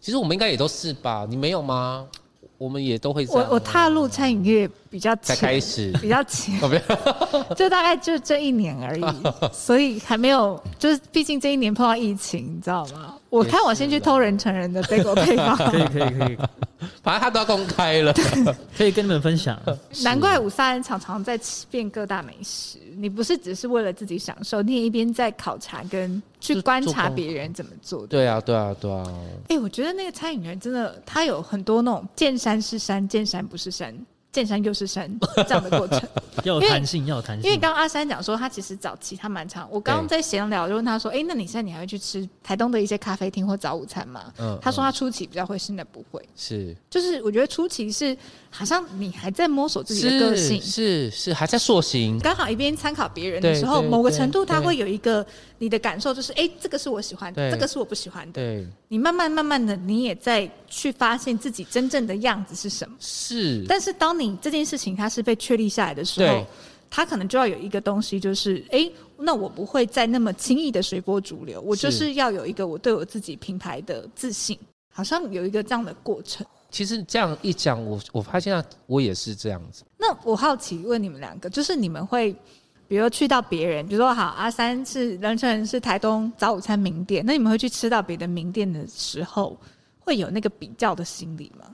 其实我们应该也都是吧？你没有吗？我们也都会这
我
样。
我踏入餐饮业比较
才
浅，
开始，
比较
<laughs>
浅，
哦不要
<laughs> 就大概就这一年而已，
<laughs>
所以还没有，就是毕竟这一年碰到疫情，你知道吗？我看我先去偷人成人的贝果
<laughs>
配方，
可以可以可以，
反正他都要公开了。
可以跟你们分享。
难怪五三人常常在吃遍各大美食。你不是只是为了自己享受，你也一边在考察跟去
就
观
做
察
功课
别人怎么做的。
<laughs> 对啊，对啊，对啊，
哎、我觉得那个餐饮人真的，他有很多那种见山是山，见山不是山，见山又是山这样的
<laughs>
过程。
要有弹性，要有弹
因为
性。
刚刚阿三讲说，他其实早期他蛮常，我刚刚在闲聊就问他说，哎、那你现在你还会去吃台东的一些咖啡厅或早午餐吗？
嗯
他说
嗯
他初期比较会，现在不会。
是
就是我觉得初期是好像你还在摸索自己的个性
是，是是，还在塑形。
刚好一边参考别人的
对
时候，
对
某个
对
程度他
对
会有一个你的感受，就是哎、诶这个是我喜欢的，
对
这个是我不喜欢的。
对，
你慢慢慢慢的，你也在去发现自己真正的样子是什么。
是，
但是当你这件事情它是被确立下来的时候
对，
它可能就要有一个东西，就是哎、诶那我不会再那么轻易的随波逐流，我就是是要有一个我对我自己品牌的自信，好像有一个这样的过程。
其实这样一讲，我我发现啊我也是这样子。
那我好奇问你们两个，就是你们会，比如去到别人，比如说好阿三是人称是台东早午餐名店，那你们会去吃到别的名店的时候，会有那个比较的心理吗？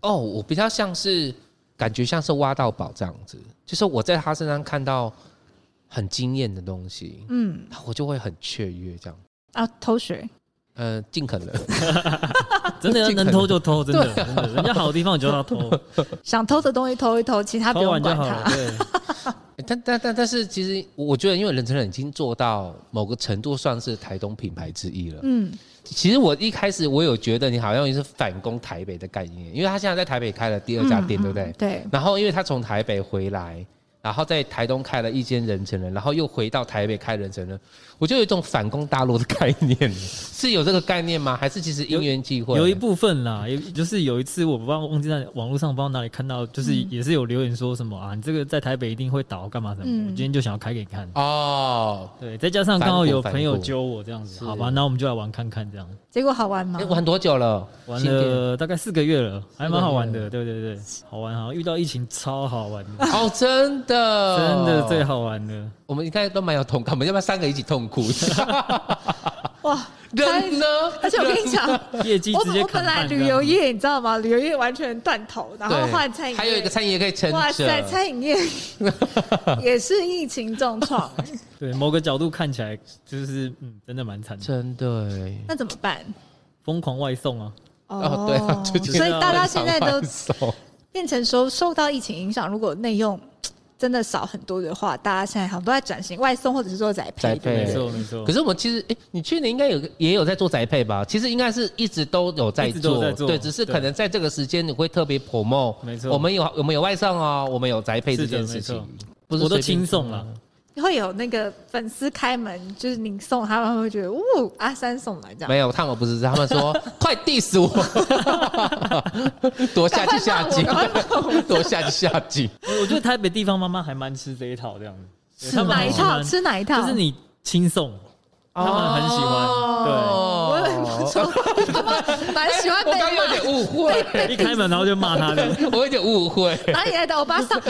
哦，我比较像是感觉像是挖到宝这样子，就是我在他身上看到很惊艳的东西，
嗯，
我就会很雀跃这样。
啊，偷学，
呃，尽可能。
真的能偷
<laughs>
就偷，真的
对
真的，人家好的地方你就要偷，
想偷的东西偷一偷，其 <laughs> 他不
偷
用
完就
管
好了。
<laughs>
它。
对，
但但但但是，其实我我觉得，因为人成人已经做到某个程度，算是台东品牌之一了。
嗯，
其实我一开始我有觉得你好像也是反攻台北的概念，因为他现在在台北开了第二家店，
嗯
对不对
嗯？对，
然后因为他从台北回来，然后在台东开了一间人成人，然后又回到台北开人成人，我就有一种反攻大陆的概念， <laughs> 是有这个概念吗？还是其实因缘际会？
有一部分啦，有就是有一次我不知道忘记在网络上不知道哪里看到，就是
嗯
也是有留言说什么啊，你这个在台北一定会倒，干嘛什么？
嗯
我今天就想要开给你看。
哦，
对，再加上刚好有朋
反
友
骨
揪我这样子，
是
好吧，那我们就来玩看看这样。
结果好玩吗
哎、？玩多久了？
玩
新店
了大概四个月了，还蛮好玩的，
四
对对对，好玩好玩，遇到疫情超好玩的，
哦，真的，
真的最。好玩的。
我们应该都蛮有同感，我们要不要三个一起痛
<laughs>
哭？ <laughs>
哇，
人呢？
而且我跟你讲，
业绩
我
直接
我本
砍
来
半这
旅
样
游业你知道吗？旅游业完全断头，然后
对
换餐饮业，
还有一个餐饮也可以撑
哇塞，
着。
餐饮
<laughs>
业也是疫情重创，
对某个角度看起来就是嗯，真的蛮惨的，
真的耶，
那怎么办？
疯狂外送啊，
<laughs> 哦，对啊，最近
所以大家
非
现
常
在都
<laughs> 放
<laughs>
松
变成说受到疫情影响，如果内用真的少很多的话，大家现在好像都在转型外送或者是做宅配
宅。配
没
对
错没错
可。是我们其实，哎、你去年应该有个也有在做宅配吧？其实应该是一直都有在
一直都有
做，
在做
对，只是可能在这个时间你会特别 promo。
没错
我们有我们有外送哦，我们有宅配
是
这
的
件事
没错
情，不是
我都
随便
轻松
做
啊了
的，，
会有那个粉丝开门，就是你送他们会觉得，哦，阿三送来这样，
没有，他们不是，他们说快 diss 我， <laughs> 多下去下井
赶快骂我赶快骂我，
多下去下井。
我我觉得台北地方妈妈还蛮吃这一套这样子，
吃
他们
哪
很
一
喜
套
欢
吃哪一套，
就是你轻送，
哦
他们很喜欢。
<laughs> 我以为我说，他们蛮喜欢
<laughs> 我
被
刚有点
骂，
误会，
对，一开门然后就骂他的，
我有点误会。
哪里来的欧巴桑？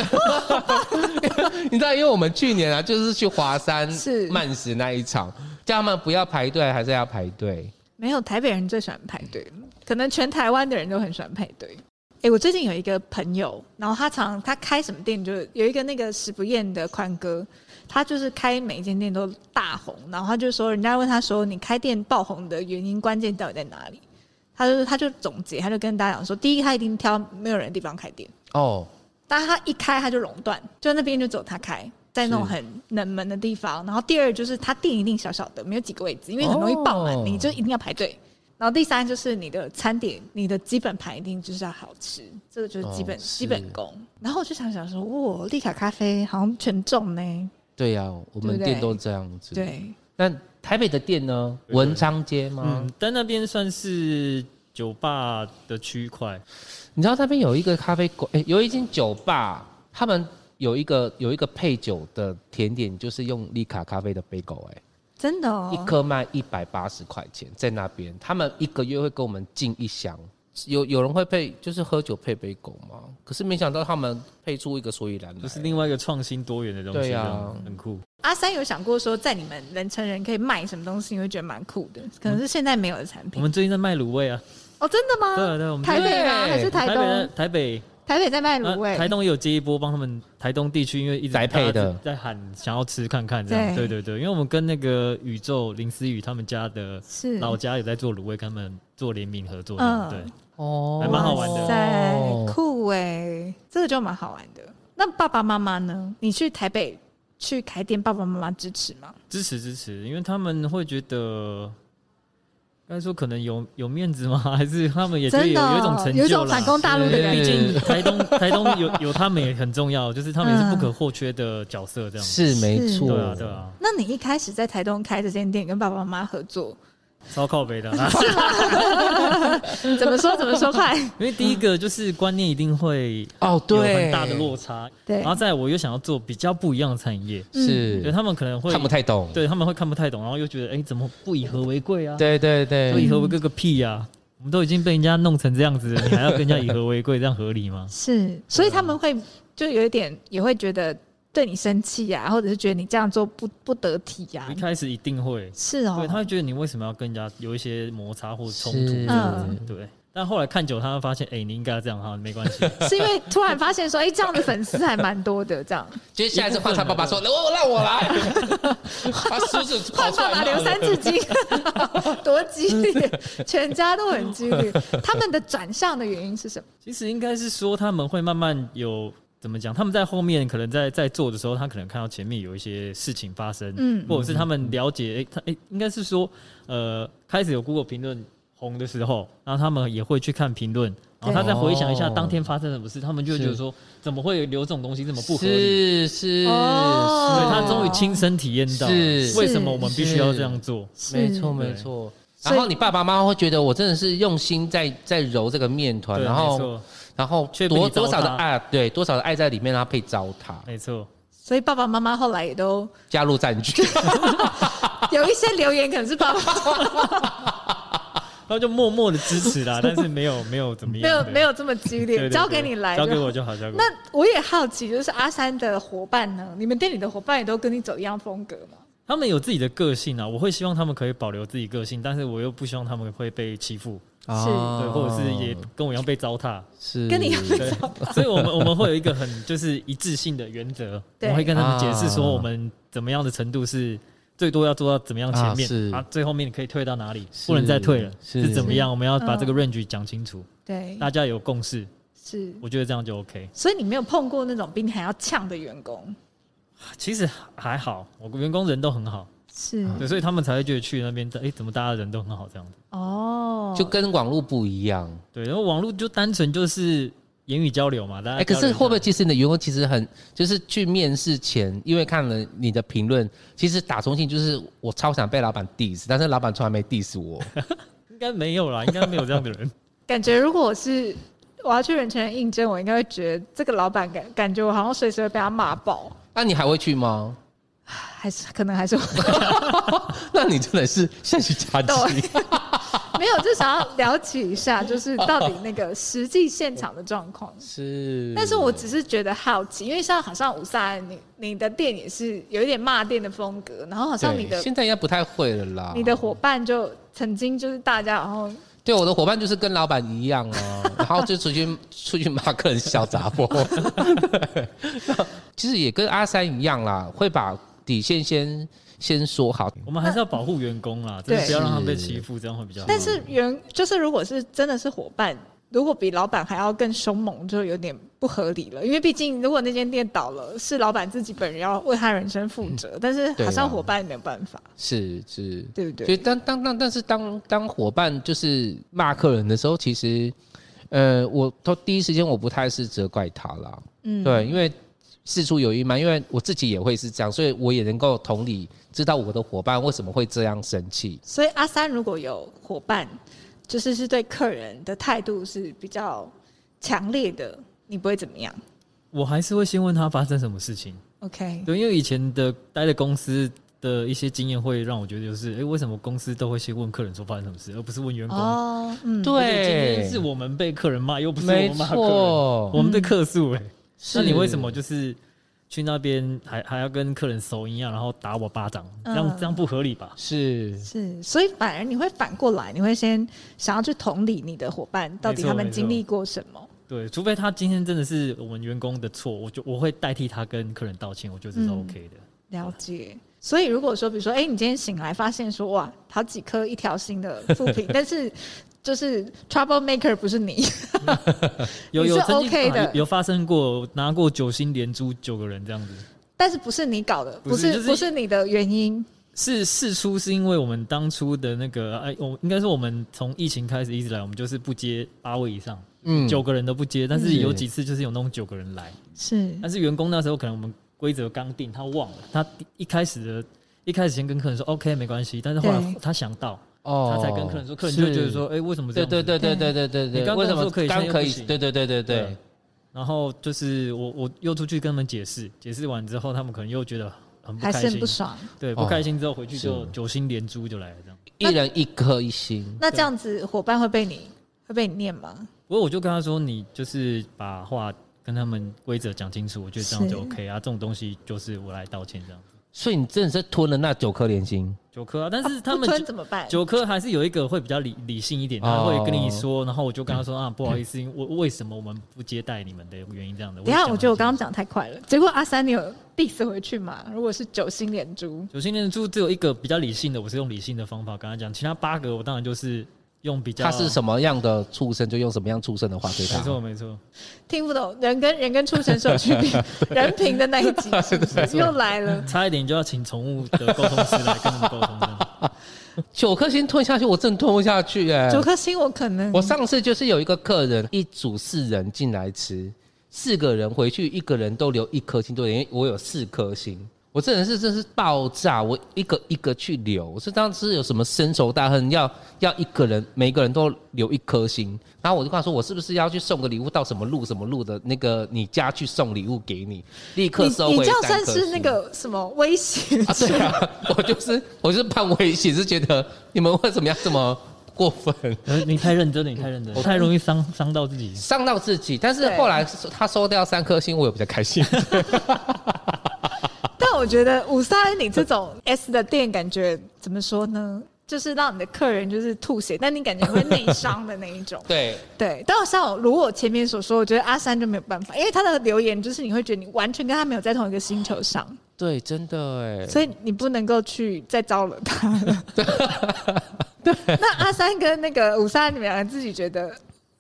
你知道，因为我们去年啊，就是去华山
是
曼石那一场，叫他们不要排队，还是要排队。
没有，台北人最喜欢排队，可能全台湾的人都很喜欢排队。哎、我最近有一个朋友，然后他常他开什么店，就是有一个那个食不厌的宽哥，他就是开每一间店都大红，然后他就说，人家问他说，你开店爆红的原因关键到底在哪里？他就他就总结，他就跟大家讲说，第一，他一定挑没有人的地方开店，
哦，
但他一开他就垄断，就那边就只有他开，在那种
是
很冷门的地方。然后第二就是他店一定小小的，没有几个位置，因为很容易爆满，
哦
你就一定要排队。然后第三就是你的餐点，你的基本盘一定就是要好吃，这个就是基本、
哦是
基本功。然后我就想想说，哇，利卡咖啡好像全中呢，
对呀、我
对
们
不对
店都这样子。，
对，
那台北的店呢？
对
文昌街吗？
嗯，但那边算是酒吧的区块，
你知道那边有一个咖啡馆、诶有一间酒吧，他们有一个有一个配酒的甜点，就是用利卡咖啡的杯狗、诶
真的
一
哦。
颗卖一百八十块钱，在那边他们一个月会给我们进一箱，有有人会配，就是喝酒配杯狗吗？可是没想到他们配出一个所以然来，
就是另外一个创新多元的东西，
对呀
这样很酷。
阿三有想过说，在你们人成人可以卖什么东西，你会觉得蛮酷的，可能是现在没有的产
我
品。
们最近在卖卤味啊，
哦，真的
对啊
吗？
对啊，我们
台北呃吗？
对
还是台
台北的
东？
台北
台北在卖
啊
卤味，
台东也有接一波，帮他们台东地区，因为一直
宅配的
大家在喊想要吃看看这样，
对
对对对，因为我们跟那个宇宙林思雨他们家的
是
老家有在做卤味，跟他们做联名合作这
嗯
样，对，
哦
还蛮好玩的
哇塞，酷哎，这个就蛮好玩的。那爸爸妈妈呢？你去台北去开店，爸爸妈妈支持吗？
支持支持，因为他们会觉得。该说可能有有面子吗？ <laughs> 还是他们也觉得
真
有
的哦
有一种成
有一
就
种
啦
反？攻大陆的感
毕
觉。
竟 <laughs> 台东台东有有他们也很重要，就是他们也是不可或缺的角色，这样子
是没
是
错，
对啊对啊，
那你一开始在台东开这间店，跟爸爸妈妈合
<laughs>
作，
超靠北的 <laughs> 啦。
怎么说怎么说
<laughs>
快？
因为第一个就是观念一定会
哦
有
对，
很大的落差，
对
然后再来我又想要做比较不一样的产业，嗯对
是
他们可能会
看不太懂，
对他们会看不太懂，然后又觉得哎、怎么不以和为贵啊？，
对对
不以
对，
和为贵个屁呀、啊！我们都已经被人家弄成这样子了，你还要跟人家以和为贵，这样合
<laughs>
理吗？
是，所以他们会就有一点也会觉得对你生气呀、或者是觉得你这样做不不得体呀、
一开始一定会，
是
对，他
哦，
会觉得你为什么要跟人家有一些摩擦或冲突
是
这样子，嗯对。但后来看久，他会发现，哎、你应该这样哈，没关 <laughs> 系，
是因为突然发现说，哎、这样的粉丝还蛮多的，这样
就是下一次换他爸爸说，我让我来，
<laughs>
他叔叔跑
换
出
爸爸
来骂
留
人
三字经，多激烈，全家都很激烈。他们的转向的原因是什么？
其实应该是说他们会慢慢有怎么讲？他们在后面可能在在做的时候，他可能看到前面有一些事情发生，
嗯
或者是他们了解，诶，他诶，应该是说，呃，开始有 Google 评论红的时候，然后他们也会去看评论，然后他再回想一下
哦
当天发生了什么事，他们就会觉得说，怎么会留这种东西这么不合理？
是是，
哦
对
是
他终于亲身体验到
是
为什么我们必须要这样做。
没错
是
没
对
错。
所以
然后你爸爸妈妈会觉得我真的是用心在在揉这个面团，
对，
然
没
后
错，
然后
却被
多
你糟
多少的
蹋哎
爱，对多少的爱在里面，然后被糟蹋，
没错，
所以爸爸妈妈后来也都
加入战
<laughs>
局。
有一些留言，可能是爸爸
然后就默默的支
<laughs>
持啦，但是没有 <laughs> 没有怎么样，
没有
对
没有这么激
对
烈，
对
交
对
给你来就
交
好，
给我就好，交给我
那。我也好奇，就是阿三的伙伴呢？你们店里的伙伴也都跟你走一样风格吗？
他们有自己的个性啊，我会希望他们可以保留自己个性，但是我又不希望他们会被欺负，
哦
对，或者是也跟我一样被
<laughs>
糟蹋，
是
跟你一样被
对，所以我们我们会有一个很就是一致性的原则，我
对
们会跟他们解释说
啊
我们怎么样的程度是最多要做到怎么样前
啊是
面啊，最后面你可以退到哪里，
是
不能再退了，
是
是怎么样，我们要把
嗯
这个 range 讲清楚，
对，
大家有共识，
是。
我觉得这样就 OK。
所以你没有碰过那种比你还要呛的员工，
其实还好，我员工人都很好，
是
啊对，所以他们才会觉得去那边，哎、怎么大家人都很好这样子。
哦，
就跟网络不一样。
对，然后网络就单纯就是言语交流嘛，大家、
哎、可是会不会？其实你的员工其实很，就是去面试前，因为看了你的评论，其实打重庆就是我超想被老板 diss，但是老板从来没 diss 我。 <laughs>
应该没有啦，应该没有这样的人。
感觉如果我是我要去人权人应征，我应该会觉得这个老板感感觉我好像随时会被他骂爆，
那你还会去 <laughs> 吗？
还是可能还
<laughs>
是会
那你真的是下去夹击。
没有，就想要了解一下，就是到底那个实际现场的状况。
<laughs> 是，
但是我只是觉得好奇，因为像好像五萨，你你的店也是有一点骂店的风格，然后好像
对
你的
现在应该不太会了啦。
你的伙伴就曾经就是大家，然后
对我的伙伴就是跟老板一样 <laughs> 啊，然后就出去出去骂客人小杂 <laughs> 货。对那其实也跟阿三一样啦，会把底线先先说好。
我们还是要保护员工啦，就是
对
不要让他们被欺负，这样会比较好。
但是原就是如果是真的是伙伴，如果比老板还要更凶猛，就有点不合理了。因为毕竟如果那间店倒了，是老板自己本人要为他人生负责，但是
对
好
啊
像伙伴没有办法，
是是，
对不
所
对？
以当当当，但是当当伙伴就是骂客人的时候，其实，呃，我都第一时间我不太是责怪他啦，
嗯，
对，因为事出有因嘛，因为我自己也会是这样，所以我也能够同理，知道我的伙伴为什么会这样生气。
所以阿三如果有伙伴，就是是对客人的态度是比较强烈的，你不会怎么样
我还是会先问他发生什么事情，
？OK，
对，因为以前的待的公司的一些经验会让我觉得就是，哎、为什么公司都会先问客人说发生什么事，而不是问员工？
哦，嗯，
而且今天
对，
是我们被客人骂，又不是我
没
们骂客人，
错。
我们被客诉哎、
是
那你为什么就是去那边还还要跟客人熟一样，然后打我巴掌？这样、
嗯
这样不合理吧？
是
是，所以反而你会反过来，你会先想要去同理你的伙伴，到底
没错
他们
没错
经历过什么。
对，除非他今天真的是我们员工的错，我就我会代替他跟客人道歉，我觉得这是
嗯
OK 的。
了解。所以如果说，比如说，哎、你今天醒来发现说，哇，好几颗一条新的副
<laughs>
品，但是就是 trouble maker 不是你， <laughs>
有
你是
有曾经
OK 的
啊有有发生过拿过九星连珠九个人这样子，
但是不是你搞的，不
不是
是
就是
不是你的原因。
是事出是因为我们当初的那个哎，我应该是我们从疫情开始一直来，我们就是不接八位以上，
嗯
九、个人都不接，但是
是
有几次就是有那种九个人来，
是
但是员工那时候可能我们规则刚定，他忘了，他一开始的。一开始先跟客人说 OK 没关系，但是后来
对
他想到，
哦
他才跟客人说，客人就会觉得说，，哎、为什么
是
这
对
样子？
哦对对对对对对
你
对，
刚
为什
刚
么
说可以
刚
现在
可
又
以
不？行
对对对对
对
对，
然后就是我我又出去跟他们解释，解释完之后，他们可能又觉得很不
还
开
是很
心
不，爽。
对，
哦
不开心之后回去就是九星连珠就来了这样。
一人一颗一星，
那这样子，伙伴会被你会被你念吗？
不过我就跟他说，你就是把话跟他们规则讲清楚，我觉得这样
是
就 OK 啊。这种东西就是我来道歉这样子。
所以你真的是吞了那九颗连星，
九科啊，但是他
不
们
吞
九
怎么办？
九科还是有一个会比较理理性一点，他会跟你说，然后我就跟他说啊，不好意思，因为我为什么我们不接待你们的原因这样的。
等一下，
也讲
我
得
觉得我刚刚
很清楚
讲得太快了。结果阿三，你有 diss 回去吗？如果是九星连珠，
九星连珠只有一个比较理性的，我是用理性的方法跟他讲，其他八个我当然就是用比较
他是什么样的畜生就用什么样畜生的话对他，
啊没错没错，
听不懂人跟人跟畜生是有
<laughs>
区别，人品的那一集是不是又来了？
差一点就要请宠物的沟通师来跟我们沟通这样。
九颗星吞下去，我真的吞不下去哎、
九颗星我可能
我上次就是有一个客人，一组四人进来吃，四个人回去，一个人都留一颗星，对，因为我有四颗星。我这人是真是爆炸，我一个一个去留，我是当时有什么深仇大恨，要要一个人每个人都留一颗星，然后我就跟他说，我是不是要去送个礼物到什么路什么路的那个你家去送礼物给你，立刻收
你
回
你这样
三
算
颗
是那
星
个什么威胁？ <laughs>
啊，对啊，我就是我就是怕危险，是觉得你们为什么要这么过分？
呃你太认真了，你太认真了，太容易伤伤到自己。
伤到自己，但是
对
后来他收掉三颗星，我也比较开
<laughs>
心。。
但我觉得五三你这种 S 的店，感觉怎么说呢？就是让你的客人就是吐血，但你感觉会内伤的那一种
<laughs> 对，
对，但我像我如我前面所说，我觉得阿三就没有办法，因为他的留言就是你会觉得你完全跟他没有在同一个星球上，
对，真的哎，
所以你不能够去再招惹他了。
<laughs>
那阿三跟那个五三，你们两个自己觉得，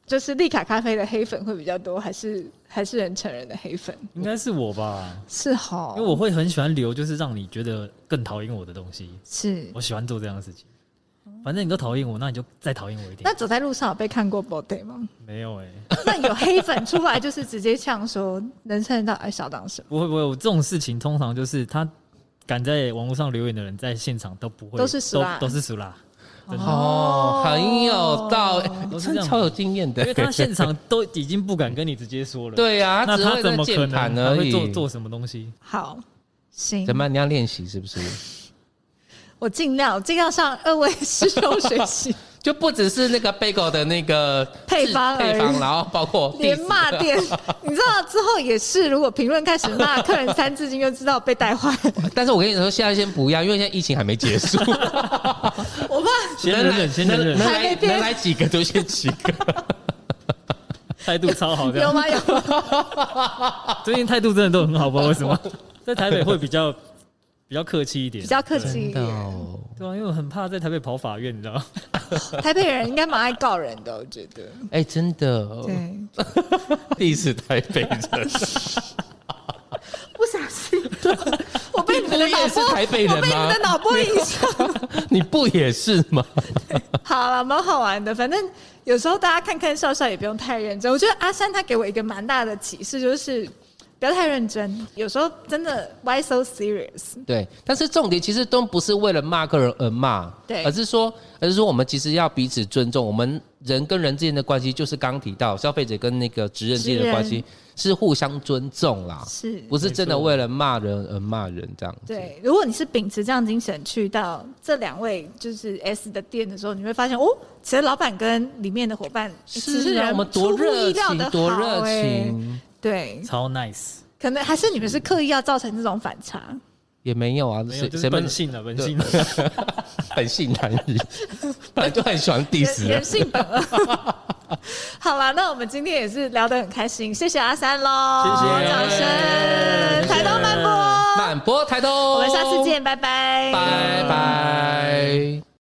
就是利卡咖啡的黑粉会比较多，还是还是人成人的黑粉？
应该是我吧，
是哈，
因为我会很喜欢留，就是让你觉得更讨厌我的东西。
是
我喜欢做这样的事情。反正你都讨厌我，那你就再讨厌我一
啊
点
那。走在路上有被看过 body 吗？ <laughs>
没有哎、
那有黑粉出来就是直接呛说，人称到底少当什么？
不会不会，我这种事情通常就是他敢在网络上留言的人，在现场都不会
都是俗辣
都都是俗辣，真的，
哦，很有道理，
都是
真
这
的
样
超有经验
因
的
为。他现场都已经不敢跟你直接说
<laughs>
了。，
对呀，
那
只
他
会
怎
在
么可
键
能
盘
他
而
会
已。
做做什么东西？
好，行，
怎么样？你要练习是不是？
我尽量我尽量向二位师兄学
<laughs>
习，
就不只是那个 bagel 的那个
配
制
方而已
配方，然后包括
<laughs>
啊
连
diss
骂店，你知道之后也是，如果评论开始骂客人三字经，就知道被带坏。
但是我跟你说，现在先不要，因为现在疫情还没结束，
我
<laughs>
怕
<laughs> 先忍忍，先忍
能
忍，
还
来
没变
能来几个就先几
<laughs>
个。
态度超好这
有
样。
吗？有吗
最近态度真的都很好，不知道为什么，在台北会比较比较客气一点，
比较客气一
真的
点。
哦
对啊，因为我很怕在台北跑法院，你知道吗？
台北人应该蛮爱告人的，我觉
<laughs>
得。
哎，真的，
哦
对，
第一次台北人。
<laughs> 不小心， <laughs> 我被你们的
你不
脑
也是
波，
台北人吗
我被你们的脑波影响。
<laughs>
你不也是吗？
好了，蛮好玩的。反正有时候大家看看笑笑也不用太认真。我觉得阿三他给我一个蛮大的启示，就是不要太认真，有时候真的 why so serious？
<laughs> 对，但是重点其实都不是为了骂个人而骂，
对
而是说，而是说我们其实要彼此尊重，我们人跟人之间的关系，就是刚提到消费者跟那个职人之间的关
职
系是互相尊重啦，
是
不是真的
没错
为了骂人而骂人这样子。
对，如果你是秉持这样精神去到这两位就是 S 的店的时候，你会发现哦，其实老板跟里面的伙伴诶其实
是啊，
人
我们多
出乎
热
意料
情
的，
多
好欸
热
诶
情，
对，
超 nice，
可能还是你们是刻意要造成这种反差，
也没有啊，
没有
谁
就是
谁们
本性啊，本
对
性。
本性难
<laughs>
移，本来就很喜欢 diss
人
人
人性本恶。好啦，那我们今天也是聊得很开心，谢谢阿三喽，
谢谢
掌声，
谢谢
台东漫播，
满播台东，
我们下次见，拜拜，
拜。